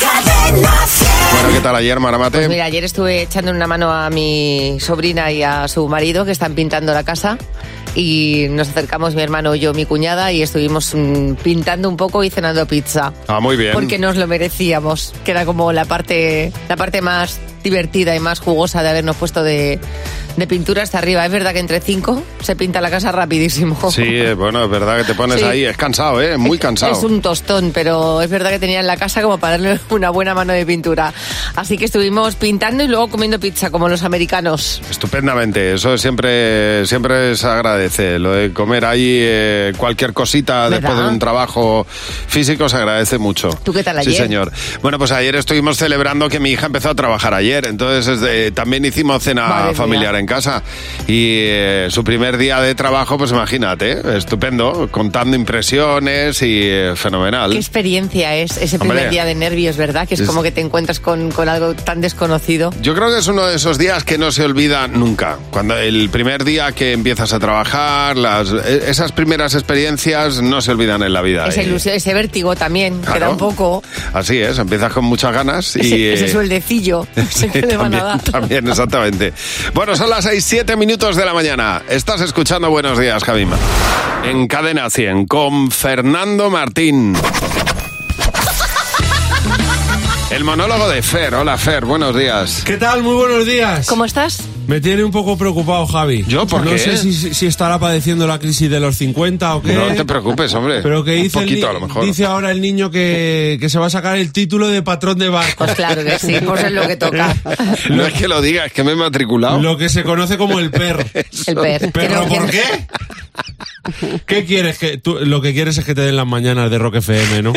Cadena 100. Bueno, ¿qué tal ayer, Maramate? Pues mira, ayer estuve echando una mano a mi sobrina y a su marido que están pintando la casa y nos acercamos mi hermano, yo, mi cuñada y estuvimos mm, pintando un poco y cenando pizza. ah, muy bien. Porque nos lo merecíamos, que era como la parte, la parte más divertida y más jugosa de habernos puesto de, de pintura hasta arriba. Es verdad que entre cinco se pinta la casa rapidísimo. Sí, eh, bueno, es verdad que te pones Sí. ahí. Es cansado, ¿eh? Muy cansado. Es un tostón, pero es verdad que tenía en la casa como para darle una buena mano de pintura. Así que estuvimos pintando y luego comiendo pizza, como los americanos. Estupendamente, eso siempre, siempre se agradece. Lo de comer ahí eh, cualquier cosita ¿Verdad? después de un trabajo físico se agradece mucho. ¿Tú qué tal Sí, ayer? señor. Bueno, pues ayer estuvimos celebrando que mi hija empezó a trabajar ayer, entonces desde- también hicimos cena Madre mía. familiar en casa. Y eh, su primer día de trabajo, pues imagínate, estupendo, contando impresiones y eh, fenomenal. Qué experiencia es ese primer Hombre. día de nervios, ¿verdad? Que es, Es- como que te encuentras con, con algo tan desconocido. Yo creo que es uno de esos días que no se olvida nunca. Cuando el primer día que empiezas a trabajar, las, e- esas primeras experiencias no se olvidan en la vida. Esa Y- ilusión, ese vértigo también, que da Claro. un poco. Así es, empiezas con muchas ganas y... ese, ese eh, sueldecillo sí, que le van a también, dar. también, exactamente. Bueno, son las 6, 7 minutos de la mañana. Estás escuchando Buenos Días, Javima. En Cadena 100, con Fernando Martín. El monólogo de Fer. Hola, Fer, buenos días. ¿Qué tal? Muy buenos días. ¿Cómo estás? Me tiene un poco preocupado, Javi. ¿Yo? ¿Por no qué? sé si, si estará padeciendo la crisis de los 50 o qué. No te preocupes, hombre. Eh, Pero que Un dice, el poquito, ni- a lo mejor. dice ahora el niño que, que se va a sacar el título de patrón de barco. Pues claro que sí, pues es lo que toca. No es que lo diga, es que me he matriculado. Lo que se conoce como el perro. El per. ¿Perro Que no- por que- qué? ¿Qué quieres? Que, tú, lo que quieres es que te den las mañanas de Rock FM, ¿no?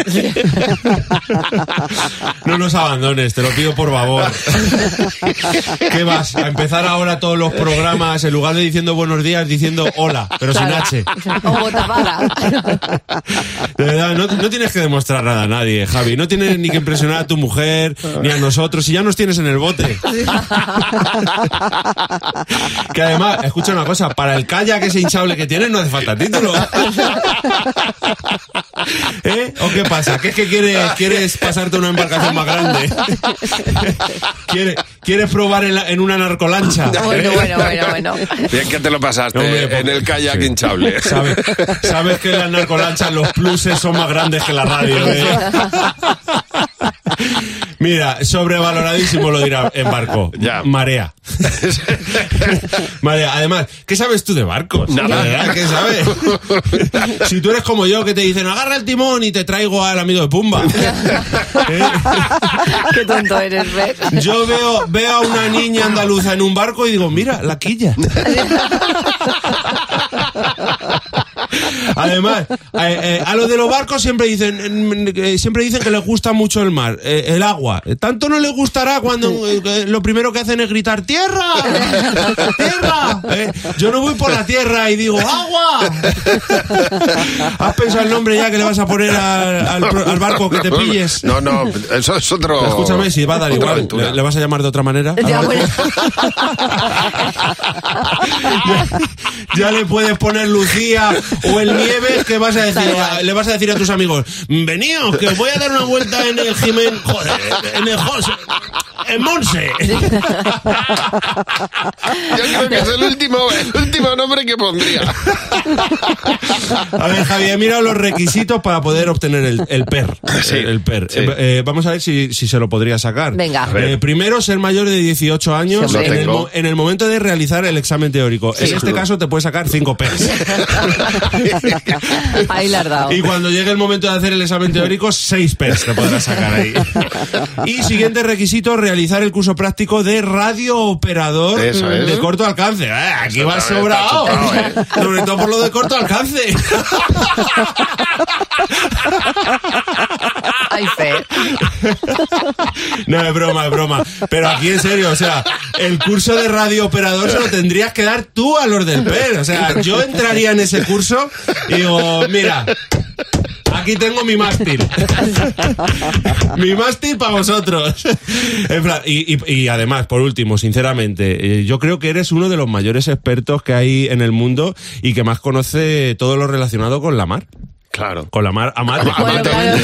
No nos abandones, te lo pido por favor. ¿Qué vas? A empezar ahora todos los programas, en lugar de diciendo buenos días, diciendo hola, pero sin H. O botavara. De verdad, no, no tienes que demostrar nada a nadie, Javi. No tienes ni que impresionar a tu mujer, ni a nosotros, si ya nos tienes en el bote. Que además, escucha una cosa, para el kayak ese hinchable que tienes no hace falta título. ¿Eh? ¿O qué pasa? ¿Qué es que quieres, quieres pasarte una embarcación más grande? ¿Quieres, quieres probar en, la- en una narcolancha? ¿Eh? Bueno, bueno, bueno, bueno. Bien que te lo pasaste No, hombre, en porque- el kayak sí. hinchable. ¿Sabes, sabes que en las narcolanchas los pluses son más grandes que la radio. ¿eh? Mira, sobrevaloradísimo lo dirá en barco. Ya. Marea. Marea. Además, ¿qué sabes tú de barcos? Nada. La verdad, ¿Qué sabes? Si tú eres como yo, que te dicen, agarra el timón y te traigo al amigo de Pumba. ¿Eh? Qué tonto eres, Fer. Yo veo, veo a una niña andaluza en un barco y digo, mira, la quilla. Además, eh, eh, a los de los barcos siempre dicen, eh, eh, siempre dicen que les gusta mucho el mar, eh, el agua. Tanto no les gustará cuando eh, eh, lo primero que hacen es gritar tierra, tierra. Eh, yo no voy por la tierra y digo agua. ¿Has pensado el nombre ya que le vas a poner al, al pro- al barco que te pilles? No, no, eso es otro. Escúchame, si va a dar otra igual, aventura. le, le vas a llamar de otra manera. Ah, Ya, bueno. ya, ya le puedes poner Lucía o el Nieves que vas a decir, a- le vas a decir a tus amigos, veníos, que os voy a dar una vuelta en el Jiménez, joder, en el José, en Monse. Yo creo que es el último, el último nombre que pondría. A ver, Javier, mira los requisitos para poder obtener el, el PER. Sí, el PER. sí. Eh, eh, vamos a ver si, si se lo podría sacar. Venga. A ver. Eh, primero, ser mayor de 18 años Sí, en hombre. el, Lo mo- tengo. en el momento de realizar el examen teórico. En este caso, te puedes sacar 5 PERs. Ahí la has dado. Y cuando llegue el momento de hacer el examen teórico, 6 PERs te podrás sacar ahí. Y siguiente requisito, realizar el curso práctico de radiooperador Eso es. de corto alcance. Ah, aquí Eso va está- sobrado. está chupado, ¿eh? Sobre todo por lo de corto alcance. Ay, Fer. No, es broma, es broma. Pero aquí en serio, o sea, el curso de radio operador se lo tendrías que dar tú a los del PER. O sea, yo entraría en ese curso y digo, mira, aquí tengo mi mástil. mi mástil para vosotros. En plan, y, y- y además, por último, sinceramente, eh, yo creo que eres uno de los mayores expertos que hay en el mundo y que más conoce todo lo relacionado con la mar. Claro. Con la mar amate. Bueno, claro.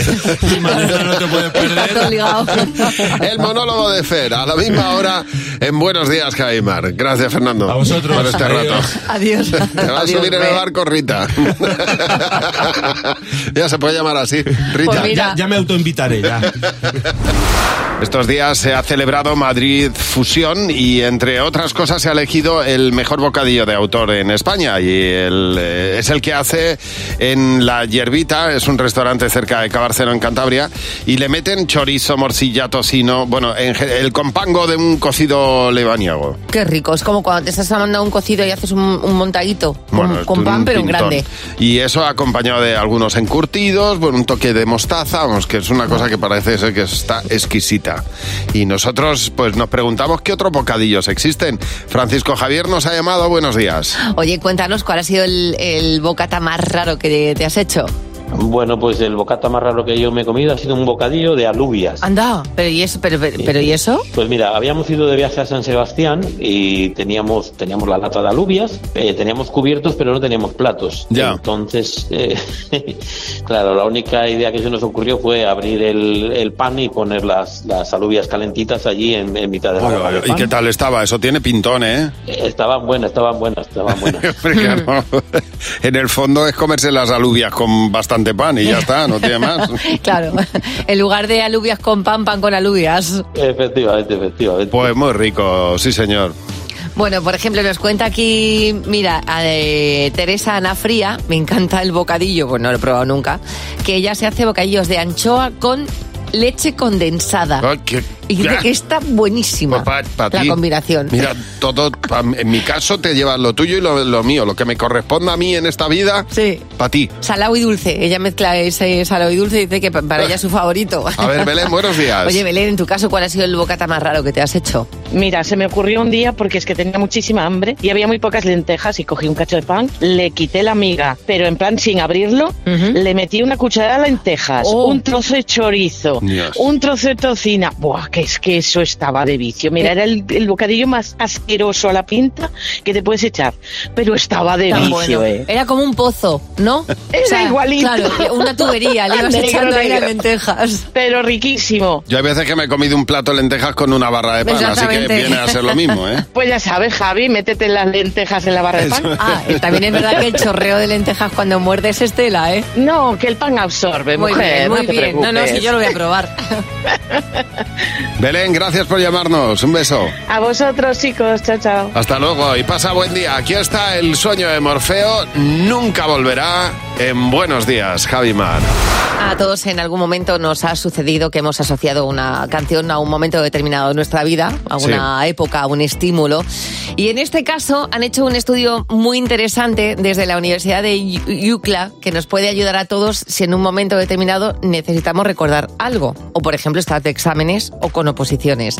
Manolo, no te puedes perder. Está ligado. El monólogo de Fer, a la misma hora, en Buenos Días, Jaimar. Gracias, Fernando. A vosotros. Por este Adiós. rato. Adiós. Te va a Adiós, subir en Fer. el barco Rita. ya se puede llamar así, Rita. Pues mira. Ya, ya me autoinvitaré, ya. Estos días se ha celebrado Madrid Fusión y entre otras cosas se ha elegido el mejor bocadillo de autor en España y el, eh, es el que hace en La Hierbita, es un restaurante cerca de Cabarcelo en Cantabria y le meten chorizo, morcilla, tocino, bueno, en ge- el compango de un cocido lebaniego. Qué rico, es como cuando te estás mandando un cocido y haces un, un montaguito con- Bueno, con, un pan, pero en pintón. grande. Y eso acompañado de algunos encurtidos, bueno, un toque de mostaza, vamos, que es una cosa que parece ser que está exquisita. Y nosotros, pues nos preguntamos qué otros bocadillos existen. Francisco Javier nos ha llamado, buenos días. Oye, cuéntanos cuál ha sido el, el bocata más raro que te has hecho. Bueno, pues el bocata más raro que yo me he comido ha sido un bocadillo de alubias. Anda, pero ¿y eso? Pero, pero, pero ¿y eso? Pues mira, habíamos ido de viaje a San Sebastián y teníamos, teníamos la lata de alubias, eh, teníamos cubiertos, pero no teníamos platos. Ya. Entonces, eh, claro, la única idea que se nos ocurrió fue abrir el, el pan y poner las, las alubias calentitas allí en, en mitad de la lata de ¿Y pan. qué tal estaba? Eso tiene pintón, ¿eh? Eh, Estaban buenas, estaban buenas, estaban buenas. Hombre, claro. En el fondo es comerse las alubias con bastante pan y ya está, no tiene más. claro, en lugar de alubias con pan, pan con alubias. efectivamente, efectivamente. Pues muy rico, sí señor. Bueno, por ejemplo, nos cuenta aquí, mira, a, eh, Teresa Ana Fría, me encanta el bocadillo, pues no lo he probado nunca, que ella se hace bocadillos de anchoa con leche condensada. Ay, qué- Y dice Ah. que está buenísima Pues pa- pa' la ti. combinación. Mira, todo, pa- en mi caso te llevas lo tuyo y lo, lo mío, lo que me corresponda a mí en esta vida, Sí. para ti. Salado y dulce. Ella mezcla ese salado y dulce y dice que pa- para ella es su favorito. A ver, Belén, buenos días. Oye, Belén, en tu caso, ¿cuál ha sido el bocata más raro que te has hecho? Mira, se me ocurrió un día porque es que tenía muchísima hambre y había muy pocas lentejas y cogí un cacho de pan, le quité la miga, pero en plan sin abrirlo, Ujú. le metí una cucharada de lentejas, Oh. un trozo de chorizo, Dios. un trozo de tocina. Buah, que es que eso estaba de vicio. Eh. Mira, era el, el bocadillo más asqueroso a la pinta que te puedes echar, pero estaba de Tan vicio, bueno. eh. Era como un pozo, ¿no? Era igualito. Claro, una tubería, le ibas Negro, echando ahí las negro. lentejas. Pero riquísimo. Yo hay veces que me he comido un plato de lentejas con una barra de pan, así que Exactamente. viene a ser lo mismo, ¿eh? Pues ya sabes, Javi, métete las lentejas en la barra de pan. Ah, eh, también es verdad que el chorreo de lentejas cuando muerdes es tela, ¿eh? No, que el pan absorbe, Muy mujer. bien, muy no te bien. No, no, preocupes. si yo lo voy a probar. Belén, gracias por llamarnos. Un beso. A vosotros, chicos. Chao, chao. Hasta luego y pasa buen día. Aquí está el sueño de Morfeo. Nunca volverá. En buenos días, Javi Mar. A todos en algún momento nos ha sucedido que hemos asociado una canción a un momento determinado de nuestra vida, a una época, a un estímulo. Y en este caso han hecho un estudio muy interesante desde la Universidad de U- UCLA que nos puede ayudar a todos si en un momento determinado necesitamos recordar algo, o por ejemplo estar de exámenes o con oposiciones.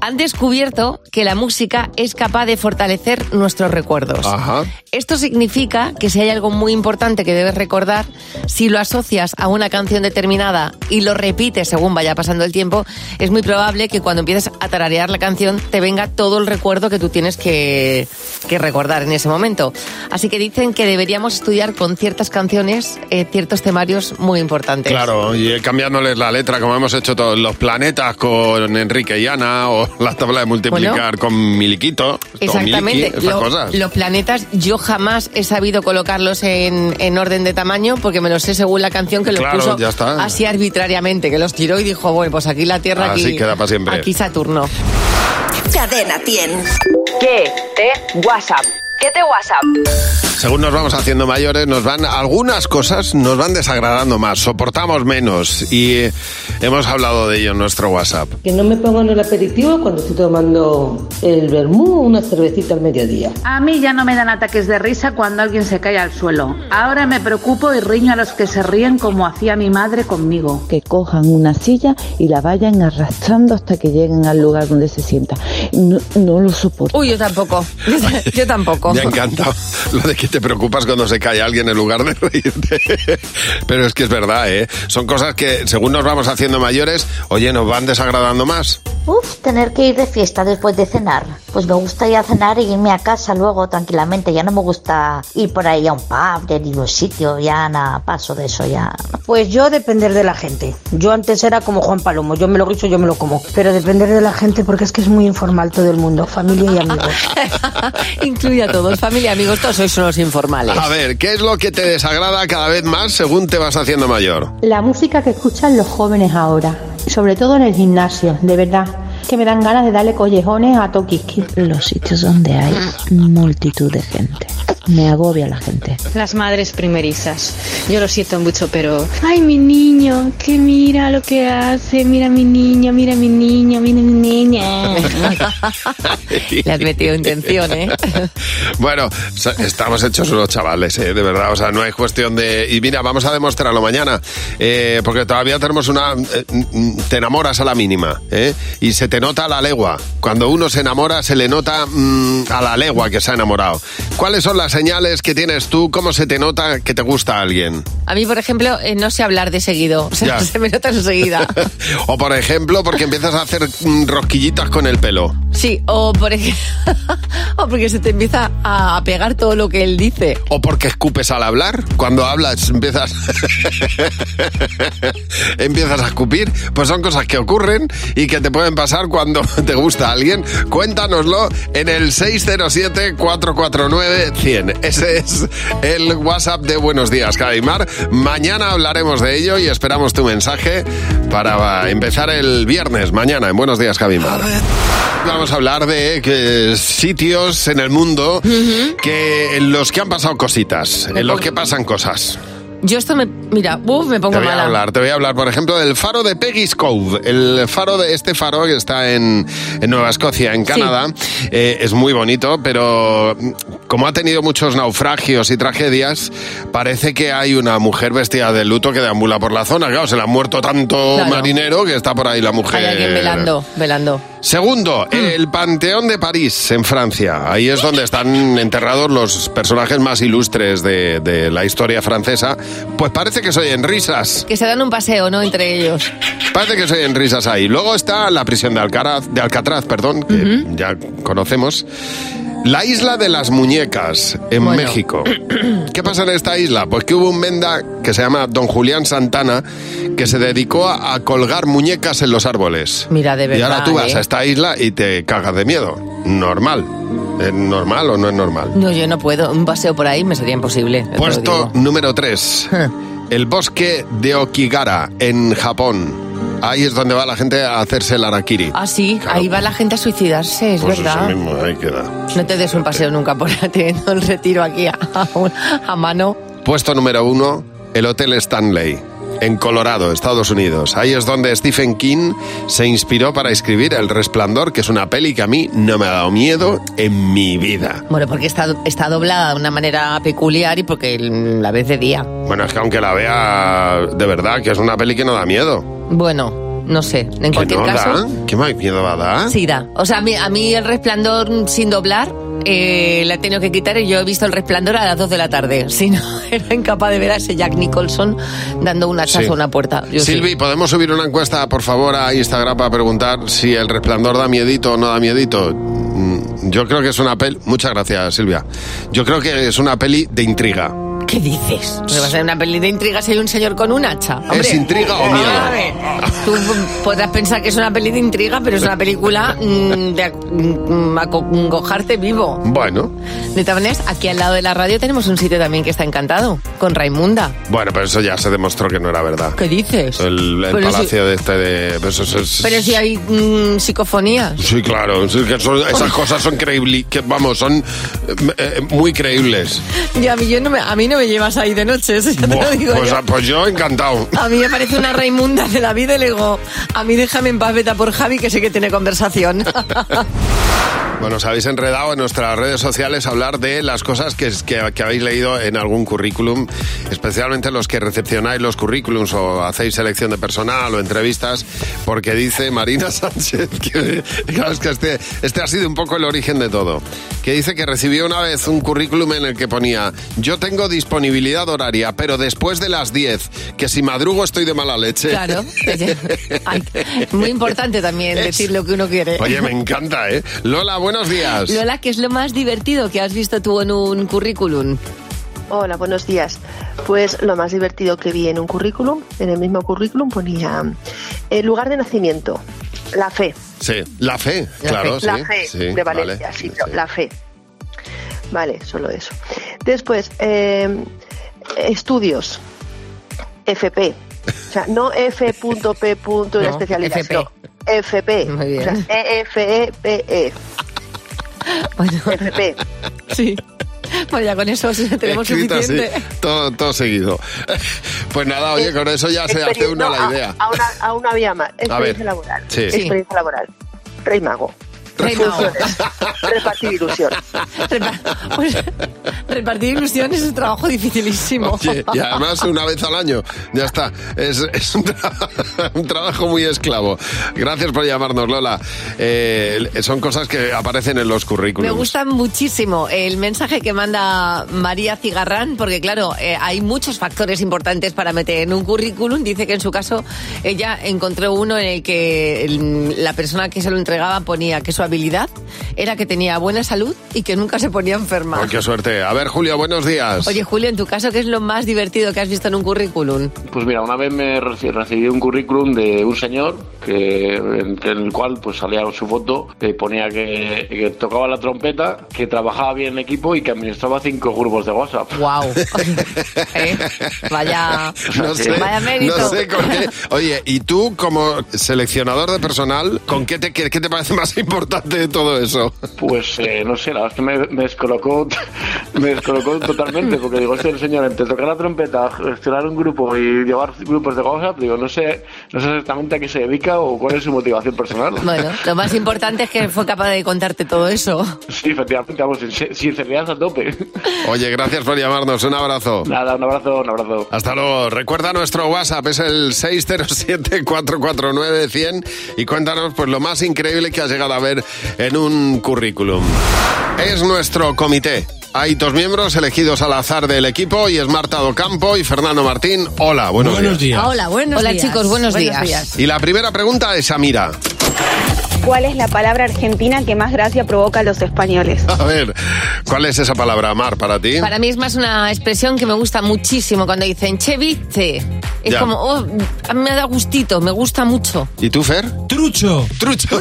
Han descubierto que la música es capaz de fortalecer nuestros recuerdos. Ajá. Esto significa que si hay algo muy importante que debes recordar, si lo asocias a una canción determinada y lo repites según vaya pasando el tiempo, es muy probable que cuando empieces a tararear la canción te venga todo el recuerdo que tú tienes que, que recordar en ese momento. Así que dicen que deberíamos estudiar con ciertas canciones eh, ciertos temarios muy importantes. Claro, y cambiándoles la letra, como hemos hecho todos los planetas con Enrique y Ana, o la tabla de multiplicar con Miliquito. o Miliki, Exactamente. esas Lo- cosas. Los planetas yo jamás he sabido colocarlos en, en orden de tamaño porque me los sé según la canción que los Claro, puso ya está. así arbitrariamente, que los tiró y dijo, bueno, pues aquí la Tierra, Así aquí, queda pa' siempre". aquí Saturno. Cadena 100. ¿Qué te WhatsApp? ¿Qué te WhatsApp? Según nos vamos haciendo mayores, nos van algunas cosas nos van desagradando más, soportamos menos y eh, hemos hablado de ello en nuestro WhatsApp. Que no me pongan el aperitivo cuando estoy tomando el vermú o una cervecita al mediodía. A mí ya no me dan ataques de risa cuando alguien se cae al suelo. Ahora me preocupo y riño a los que se ríen como hacía mi madre conmigo. Que cojan una silla y la vayan arrastrando hasta que lleguen al lugar donde se sienta. No, no lo soporto. Uy, yo tampoco. yo tampoco. Me ha encantado lo de que te preocupas cuando se cae alguien en lugar de reírte. Pero es que es verdad, ¿eh? Son cosas que según nos vamos haciendo mayores, oye, nos van desagradando más. Uf, tener que ir de fiesta después de cenar. Pues me gusta ir a cenar e irme a casa luego tranquilamente. Ya no me gusta ir por ahí a un pub, de ningún sitio. Ya nada, paso de eso ya. Pues yo depender de la gente. Yo antes era como Juan Palomo, yo me lo guiso, yo me lo como. Pero depender de la gente porque es que es muy informal todo el mundo, familia y amigos. Incluye a todos, familia, amigos, todos sois unos informales. A ver, ¿qué es lo que te desagrada cada vez más según te vas haciendo mayor? La música que escuchan los jóvenes ahora, sobre todo en el gimnasio, de verdad que me dan ganas de darle collejones a Tokiski. Los sitios donde hay multitud de gente. Me agobia la gente. Las madres primerizas. Yo lo siento mucho, pero... Ay, mi niño, que mira lo que hace. Mira mi niño, mira mi niño, mira mi niña. Le has metido intención, ¿eh? Bueno, so- estamos hechos unos chavales, ¿eh? de verdad. O sea, no hay cuestión de... Y mira, vamos a demostrarlo mañana. eh, porque todavía tenemos una... eh, mm, te enamoras a la mínima. ¿eh? Y se te nota a la legua. Cuando uno se enamora, se le nota mm, a la legua que se ha enamorado. ¿Cuáles son las señales que tienes tú? ¿Cómo se te nota que te gusta alguien? A mí, por ejemplo, eh, no sé hablar de seguido. O sea, Ya. se me nota enseguida. O por ejemplo, porque empiezas a hacer mm, rosquillitas con el pelo. Sí, o, por ej- o porque se te empieza a a pegar todo lo que él dice. O porque escupes al hablar. Cuando hablas empiezas empiezas a escupir. Pues son cosas que ocurren y que te pueden pasar cuando te gusta alguien. Cuéntanoslo en el 607-449-100. Ese es el WhatsApp de Buenos Días, Javimar. Mañana hablaremos de ello y esperamos tu mensaje para empezar el viernes, mañana, en Buenos Días, Javimar. Vamos a hablar de que sitios en el mundo que en los que han pasado cositas, en los que pasan cosas. Yo esto me... Mira, uf, me Te pongo voy a mala. hablar, te voy a hablar, por ejemplo, del faro de Peggy's Cove. El faro de este faro que está en, en Nueva Escocia, en Canadá, eh, es muy bonito, pero mm, como ha tenido muchos naufragios y tragedias, parece que hay una mujer vestida de luto que deambula por la zona. Claro, se le ha muerto tanto Claro. marinero que está por ahí la mujer. Hay alguien velando, velando. Segundo, el Panteón de París, en Francia. Ahí es donde están enterrados los personajes más ilustres de, de la historia francesa. Pues parece que soy en risas. Que se dan un paseo, ¿no? Entre ellos. Parece que soy en risas ahí. Luego está la prisión de, Alcaraz, de Alcatraz, perdón, que ya conocemos. La isla de las muñecas, en Bueno. México. ¿Qué pasa en esta isla? Pues que hubo un menda que se llama Don Julián Santana que se dedicó a, a colgar muñecas en los árboles. Mira, de verdad. Y ahora tú vas ¿eh? a esta isla y te cagas de miedo. Normal. ¿Es normal o no es normal? No, yo no puedo. Un paseo por ahí me sería imposible. te lo Puesto digo. Eh. número 3. El bosque de Okigara, en Japón. Ahí es donde va la gente a hacerse el arakiri. Ah, sí, ahí va la gente a suicidarse, es Pues verdad. eso mismo, ahí queda. No te des un paseo nunca por ahí, teniendo el retiro aquí a, a un- a mano. Puesto número 1. El Hotel Stanley, en Colorado, Estados Unidos. Ahí es donde Stephen King se inspiró para escribir El Resplandor, que es una peli que a mí no me ha dado miedo en mi vida. Bueno, porque está, está doblada de una manera peculiar y porque mm, la ves de día. Bueno, es que aunque la vea de verdad, que es una peli que no da miedo. Bueno, no sé. En ¿Que cualquier Pues no caso. da? ¿Qué más miedo va a dar? Sí, da. O sea, a mí, a mí el resplandor mm, sin doblar eh, la he tenido que quitar y yo he visto el resplandor a las 2 de la tarde. Si no, era incapaz de ver a ese Jack Nicholson dando un hachazo Sí. a una puerta. Yo sí. Silvi, ¿podemos subir una encuesta, por favor, a Instagram para preguntar si el resplandor da miedito o no da miedito? Mm, Yo creo que es una peli... Muchas gracias, Silvia. Yo creo que es una peli de intriga. ¿Qué dices? Porque va a ser una peli de intriga si hay un señor con un hacha. Hombre, Ah, ¿Es intriga o miedo? A ver, tú podrás pensar que es una peli de intriga, pero es una película mm, de ac- mm, acongojarte vivo. Bueno, De todas maneras, aquí al lado de la radio tenemos un sitio también que está encantado, con Raimunda. bueno, pero eso ya se demostró que no era verdad. ¿Qué dices? Pues El, el Pero si- palacio de este de... pero eso es- Pero si hay mm, psicofonías. Sí, claro, sí, que eso- esas cosas son creíbles, que vamos, son eh, eh, muy creíbles. Y a mí, yo no me, a mí no me llevas ahí de noche, eso ya te lo Buah, digo pues, yo. ah, pues yo encantado. A mí me parece una Raimunda de la vida y le digo, a mí déjame en paz, vete a por Javi, que sé que tiene conversación. Bueno, os habéis enredado en nuestras redes sociales a hablar de las cosas que, que, que habéis leído en algún currículum, especialmente los que recepcionáis los currículums o hacéis selección de personal o entrevistas, porque dice Marina Sánchez, que, claro, es que este, este ha sido un poco el origen de todo, que dice que recibió una vez un currículum en el que ponía, yo tengo disponibilidad horaria, pero después de las 10, que si madrugo estoy de mala leche. Claro. Ay, Muy importante también Es- decir lo que uno quiere. Oye, me encanta, ¿eh? Lola, buenos días. Lola, ¿qué es lo más divertido que has visto tú en un currículum? Hola, buenos días. Pues lo más divertido que vi en un currículum, en el mismo currículum ponía el lugar de nacimiento, la fe. Sí, la fe, La claro, fe, la sí, fe sí, de Valencia, vale. sí, la fe. Vale, solo eso. Después, eh, estudios, FP. O sea, no F.P. punto de No, especialidad, FP. sino FP. Muy bien. O sea, E E-F-E-P-E. FP. Sí. Bueno, ya con eso tenemos Escrito así, suficiente. todo, todo seguido. Pues nada, oye, con eso ya se hace Experien- uno no, la a- idea. A, una, a una vía más. Experiencia ver. laboral. Sí. Sí. Experiencia laboral. Rey mago. Rey mago. Funciones. Repartir ilusión. Repa- pues, repartir ilusiones es un trabajo dificilísimo. Oye, y además una vez al año, ya está. Es, es un, tra- un trabajo muy esclavo. Gracias por llamarnos, Lola. Eh, son cosas que aparecen en los Me currículums. gusta muchísimo el mensaje que manda María Cigarrán, porque claro, eh, hay muchos factores importantes para meter en un currículum. Dice que en su caso ella encontró uno en el que mm, la persona que se lo entregaba ponía que su habilidad era que tenía buena salud y que nunca se ponía enferma. Oh, qué suerte. A ver, Julio, buenos días. Oye, Julio, en tu caso, ¿qué es lo más divertido que has visto en un currículum? Pues mira, una vez me reci- recibí un currículum de un señor que en, en el cual pues salía su foto que ponía que, que tocaba la trompeta, que trabajaba bien en equipo y que administraba cinco grupos de WhatsApp. Wow. Eh, Vaya, No sé, vaya mérito. no sé con qué. Oye, y tú como seleccionador de personal, ¿con qué te, qué- qué te parece más importante de todo eso? Pues eh, no sé, la verdad es que me, me descolocó, me descolocó totalmente, porque digo, este señor, entre tocar la trompeta, gestionar un grupo y llevar grupos de WhatsApp, digo, no sé, no sé exactamente a qué se dedica o cuál es su motivación personal. Bueno, lo más importante es que fue capaz de contarte todo eso. Sí, efectivamente, vamos, sin- sinceridad a tope. Oye, gracias por llamarnos. Un abrazo. Nada, un abrazo, un abrazo. Hasta luego. Recuerda nuestro WhatsApp, es el 607-449-100 y cuéntanos pues lo más increíble que has llegado a ver en un currículum. Es nuestro comité. Hay dos miembros elegidos al azar del equipo y es Marta Docampo y Fernando Martín. Hola, buenos, días. Hola, buenos días. Hola, chicos, buenos, días. Y la primera pregunta es Samira. ¿Cuál es la palabra argentina que más gracia provoca a los españoles? A ver, ¿cuál es esa palabra, Mar, para ti? Para mí es más una expresión que me gusta muchísimo cuando dicen che viste. Es Ya. como, oh, a mí me da gustito, me gusta mucho. ¿Y tú, Fer? Trucho. Trucho.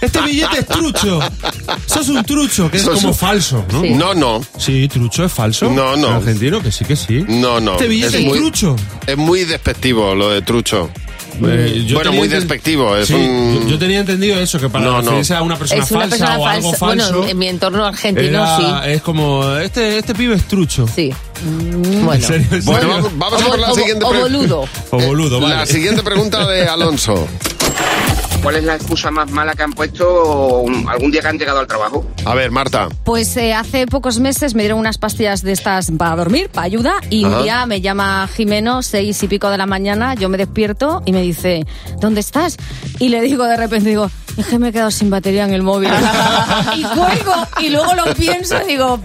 este billete es trucho. Sos un trucho, que es Sos como un- falso. Sí. No, no. Sí, trucho es falso. No, no. El argentino que sí que sí. No, no. Este billete es, muy, trucho. Es muy despectivo lo de trucho. Eh, yo bueno, tenía muy enten- despectivo. Es Sí, un... yo, yo tenía entendido eso, que para No, no. referirse a una persona es una falsa persona o algo falsa. falso. Bueno, en mi entorno argentino era- sí. Es como, este, este pibe es trucho. Sí. Mm, ¿En Bueno. serio? ¿En Bueno, serio? vamos, vamos a O- por la o- siguiente o pre- boludo. O boludo, vale. La siguiente pregunta de Alonso. ¿Cuál es la excusa más mala que han puesto um, algún día que han llegado al trabajo? A ver, Marta. Pues eh, hace pocos meses me dieron unas pastillas de estas para dormir, para ayuda, y Ajá. un día me llama Jimeno, seis y pico de la mañana, yo me despierto y me dice, ¿dónde estás? Y le digo de repente, digo, es que me he quedado sin batería en el móvil. y cuelgo, y luego lo pienso y digo,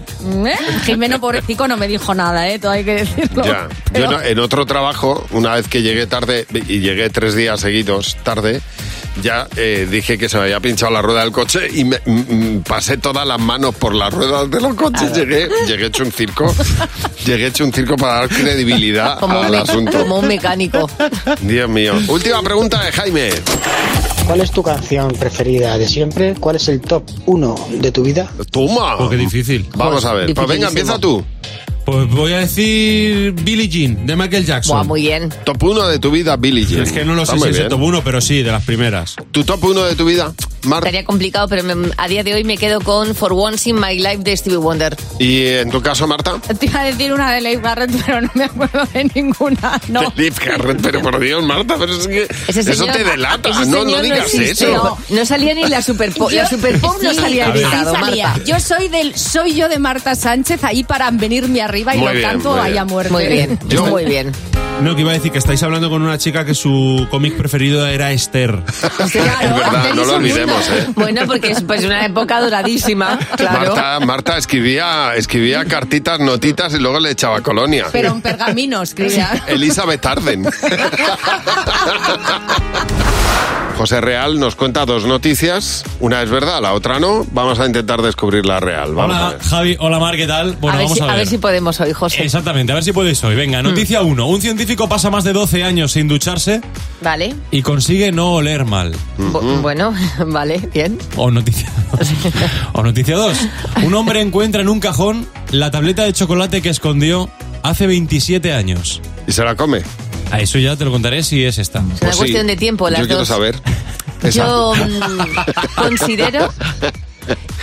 ¿eh? Jimeno, pobrecico, no me dijo nada, ¿eh? Todo hay que decirlo. Ya. Yo no- en otro trabajo, una vez que llegué tarde, y llegué tres días seguidos tarde, ya eh, dije que se me había pinchado la rueda del coche y me, mm, mm, pasé todas las manos por las ruedas de los coches. Llegué, llegué hecho un circo. llegué hecho un circo para dar credibilidad Como un, al me- asunto. como un mecánico. Dios mío. Última pregunta de Jaime. ¿Cuál es tu canción preferida de siempre? ¿Cuál es el top 1 de tu vida? Toma. Oh, qué difícil. Vamos a ver. Pues venga, empieza tú. Pues voy a decir Billie Jean, de Michael Jackson. Buah, muy bien. Top 1 de tu vida, Billie Jean. Es que no lo sé Está muy si es el bien. top 1, pero sí, de las primeras. ¿Tu top 1 de tu vida? Estaría complicado, pero me- a día de hoy me quedo con For Once in My Life de Stevie Wonder. ¿Y en tu caso, Marta? Te iba a decir una de Leif Garrett, pero no me acuerdo de ninguna. No. De Liv Garrett, pero por Dios, Marta, pero es que Ese eso señor- te delata. ese No, señor no digas existe. eso. No, no salía ni la Super Pop. La Yo- Super Pop no sí, salía A ver. editado, sí salía. Marta. Yo soy del soy yo de Marta Sánchez ahí para venirme arriba y Muy lo bien, tanto muy bien. vaya muerte. Muy bien, Yo- muy bien. No, que iba a decir que estáis hablando con una chica que su cómic preferido era Esther. es verdad, no lo olvidemos, ¿eh? Bueno, porque es pues, una época doradísima, claro. Marta, Marta escribía, escribía cartitas, notitas y luego le echaba colonia. Pero en pergamino escribía. Elizabeth Arden. José Real nos cuenta dos noticias. Una es verdad, la otra no. Vamos a intentar descubrir la real. Vamos a Hola ver. Javi, hola Mar, ¿qué tal? Bueno, a, ver vamos si, a ver. a ver si Hmm. podemos hoy, José. Exactamente, a ver si podéis hoy. Venga, noticia 1. Un científico pasa más de 12 años sin ducharse Vale. y consigue no oler mal. Bu- Bueno, vale, bien. O noticia 2. o noticia 2. Un hombre encuentra en un cajón la tableta de chocolate que escondió hace 27 años. ¿Y se la come? A eso ya te lo contaré si es esta. Es una cuestión de tiempo, las dos. Yo mm, considero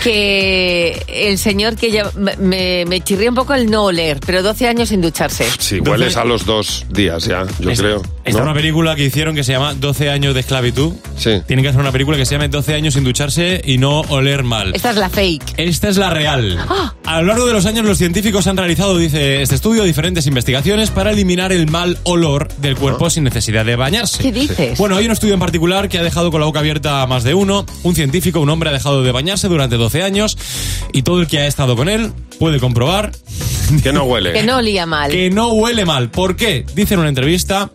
que el señor que ya me, me chirría un poco el no oler, pero 12 años sin ducharse. Si hueles a los dos días ya, yo creo. Está ¿no? una película que hicieron que se llama 12 años de esclavitud. Sí. Tienen que hacer una película que se llame 12 años sin ducharse y no oler mal. Esta ¡Ah! es la fake. Esta es la real. A lo largo de los años los científicos han realizado, dice este estudio, diferentes investigaciones para eliminar el mal olor del Ah. cuerpo sin necesidad de bañarse. ¿Qué dices? Bueno, hay un estudio en particular que ha dejado con la boca abierta a más de uno. Un científico, un hombre, ha dejado de bañarse durante 12 años y todo el que ha estado con él puede comprobar que no huele. Que no olía mal. que no huele mal. ¿Por qué? Dice en una entrevista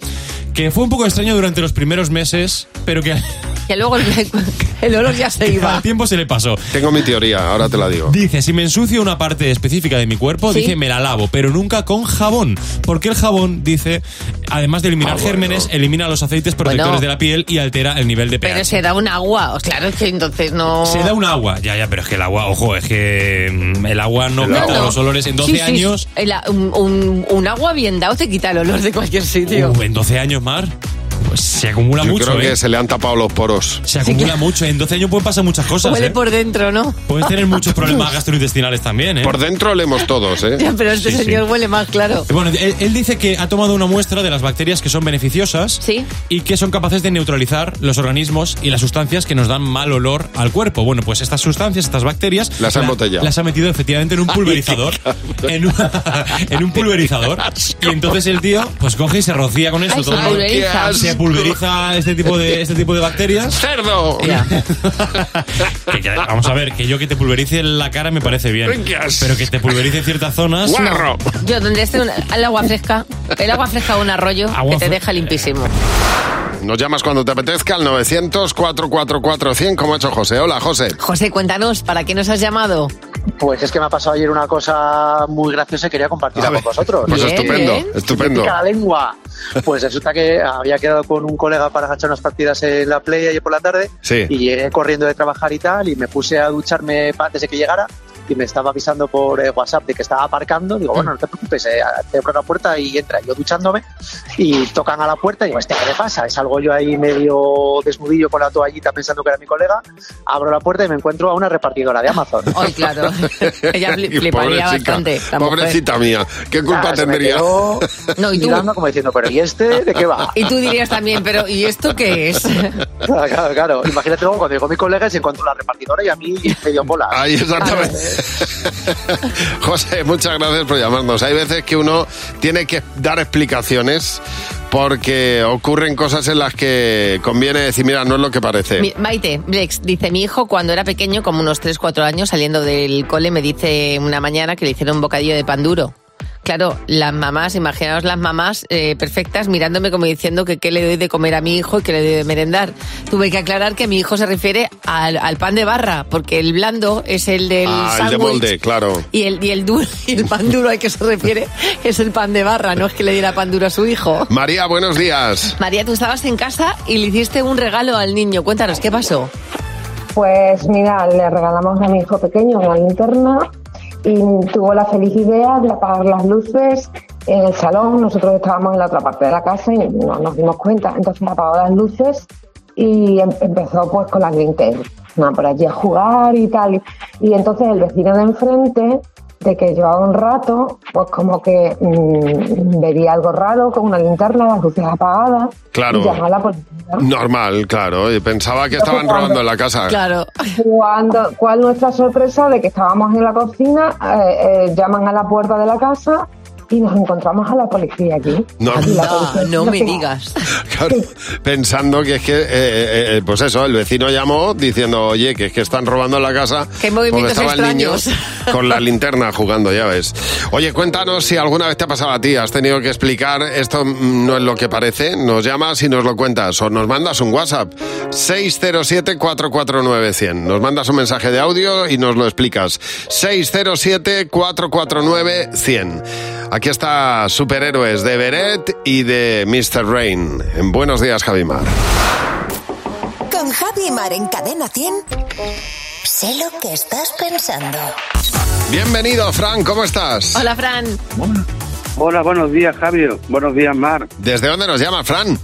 que fue un poco extraño durante los primeros meses, pero que Que luego el, el olor ya se iba. al tiempo se le pasó. Tengo mi teoría, ahora te la digo. Dice, si me ensucio una parte específica de mi cuerpo, Sí. dice, me la lavo, pero nunca con jabón. Porque el jabón, dice, además de eliminar gérmenes, elimina los aceites protectores Bueno. de la piel y altera el nivel de pH. Pero se da un agua, claro, es que entonces no... Se da un agua, ya, ya, pero es que el agua, ojo, es que mm, el agua no No, quita no. los olores en 12 Sí, sí, años. el a- un, un- un agua bien dado te quita el olor de cualquier sitio. Uh, en 12 años, Mar, pues se acumula Yo mucho. creo que ¿eh? se le han tapado los poros. Se acumula mucho, en 12 años pueden pasar muchas cosas. Huele ¿eh? por dentro, ¿no? Puedes tener muchos problemas gastrointestinales también. ¿eh? Por dentro leemos todos, ¿eh? Ya, pero este Sí, sí. señor huele más, claro. Bueno, él, él dice que ha tomado una muestra de las bacterias que son beneficiosas y que son capaces de neutralizar los organismos y las sustancias que nos dan mal olor al cuerpo. Bueno, pues estas sustancias, estas bacterias... Las ha embotellado. Las ha metido efectivamente en un pulverizador. en, un, en un pulverizador. Y entonces el tío pues coge y se rocía con esto. Ay, se todo el- pulveriza. Se pulveriza este tipo de, este tipo de bacterias. ¡Cerdo! Que ya- vamos a ver, que yo que te pulverice la cara me parece bien. Qué asco. Pero que te pulverice en ciertas zonas... Guarro. Yo, donde esté una- el agua fresca, el agua fresca o un arroyo Agua que te fre- deja limpísimo. Nos llamas cuando te apetezca al 900-444-100, como ha hecho José. Hola, José. José, cuéntanos, ¿para qué nos has llamado? Pues es que me ha pasado ayer una cosa muy graciosa y quería compartirla con vosotros. Pues estupendo, estupendo. Me pica la lengua. Pues resulta que había quedado con un colega para agachar unas partidas en la playa ayer por la tarde Sí. y llegué corriendo de trabajar y tal y me puse a ducharme pa- antes de que llegara y me estaba avisando por eh, WhatsApp de que estaba aparcando. Digo, bueno, no te preocupes, eh, te abro la puerta y entra. Yo duchándome y tocan a la puerta y digo, este, ¿qué le pasa? Y salgo yo ahí medio desnudillo con la toallita pensando que era mi colega, abro la puerta y me encuentro a una repartidora de Amazon. Ay, claro. Ella fli- Y fliparía pobre chica, bastante. la mujer. Pobrecita mía, ¿qué culpa Nada, se me tendría? quedó No, y tú. mirando como diciendo, pero ¿y este de qué va? Y tú dirías también, pero ¿y esto qué es? Claro, claro, claro. Imagínate luego cuando llegó mi colega y se encontró la repartidora y a mí me dio bola. Ahí, exactamente. José, muchas gracias por llamarnos. Hay veces que uno tiene que dar explicaciones porque ocurren cosas en las que conviene decir, mira, no es lo que parece. Mi- Maite, Blex, dice mi hijo cuando era pequeño, como unos 3, 4 años, saliendo del cole, me dice una mañana que le hicieron un bocadillo de pan duro. Claro, las mamás, imaginaos las mamás eh, perfectas mirándome como diciendo que qué le doy de comer a mi hijo y qué le doy de merendar. Tuve que aclarar que mi hijo se refiere al, al pan de barra, porque el blando es el del ah, el de sándwich molde, claro. Y el, y el duro, y el pan duro al que se refiere es el pan de barra, no es que le diera pan duro a su hijo. María, buenos días. María, tú estabas en casa y le hiciste un regalo al niño. Cuéntanos, ¿qué pasó? Pues mira, le regalamos a mi hijo pequeño una linterna y tuvo la feliz idea de apagar las luces en el salón. Nosotros estábamos en la otra parte de la casa y no nos dimos cuenta. Entonces apagó las luces y em- empezó pues con las linternas. van por allí a jugar y tal. Y entonces el vecino de enfrente, de que llevaba un rato, pues como que mm, veía algo raro con una linterna, las luces apagadas. Claro. Y llamó a la policía. Normal, claro. Y pensaba que estaban Cuando- robando en la casa. Cuando, ¿Cuál nuestra sorpresa de que estábamos en la cocina? eh, eh, llaman a la puerta de la casa y nos encontramos a la policía aquí. No. Aquí la policía. No me sé, digas. Claro, pensando que es que, eh, eh, eh, pues eso, el vecino llamó diciendo, oye, que es que están robando la casa. Qué porque movimientos estaban extraños. niños con la linterna jugando, ya ves. Oye, cuéntanos si alguna vez te ha pasado a ti, has tenido que explicar, esto mm, no es lo que parece, nos llamas y nos lo cuentas o nos mandas un WhatsApp 607-449-100, nos mandas un mensaje de audio y nos lo explicas 607-449-100. Aquí está Superhéroes de Beret y de Mr. Rain. En Buenos días, Javimar. Con Javi Mar en Cadena 100. Sé lo que estás pensando. Bienvenido, Fran, ¿cómo estás? Hola, Fran. Hola, buenos días, Javier. Buenos días, Mar. ¿Desde dónde nos llama, Fran?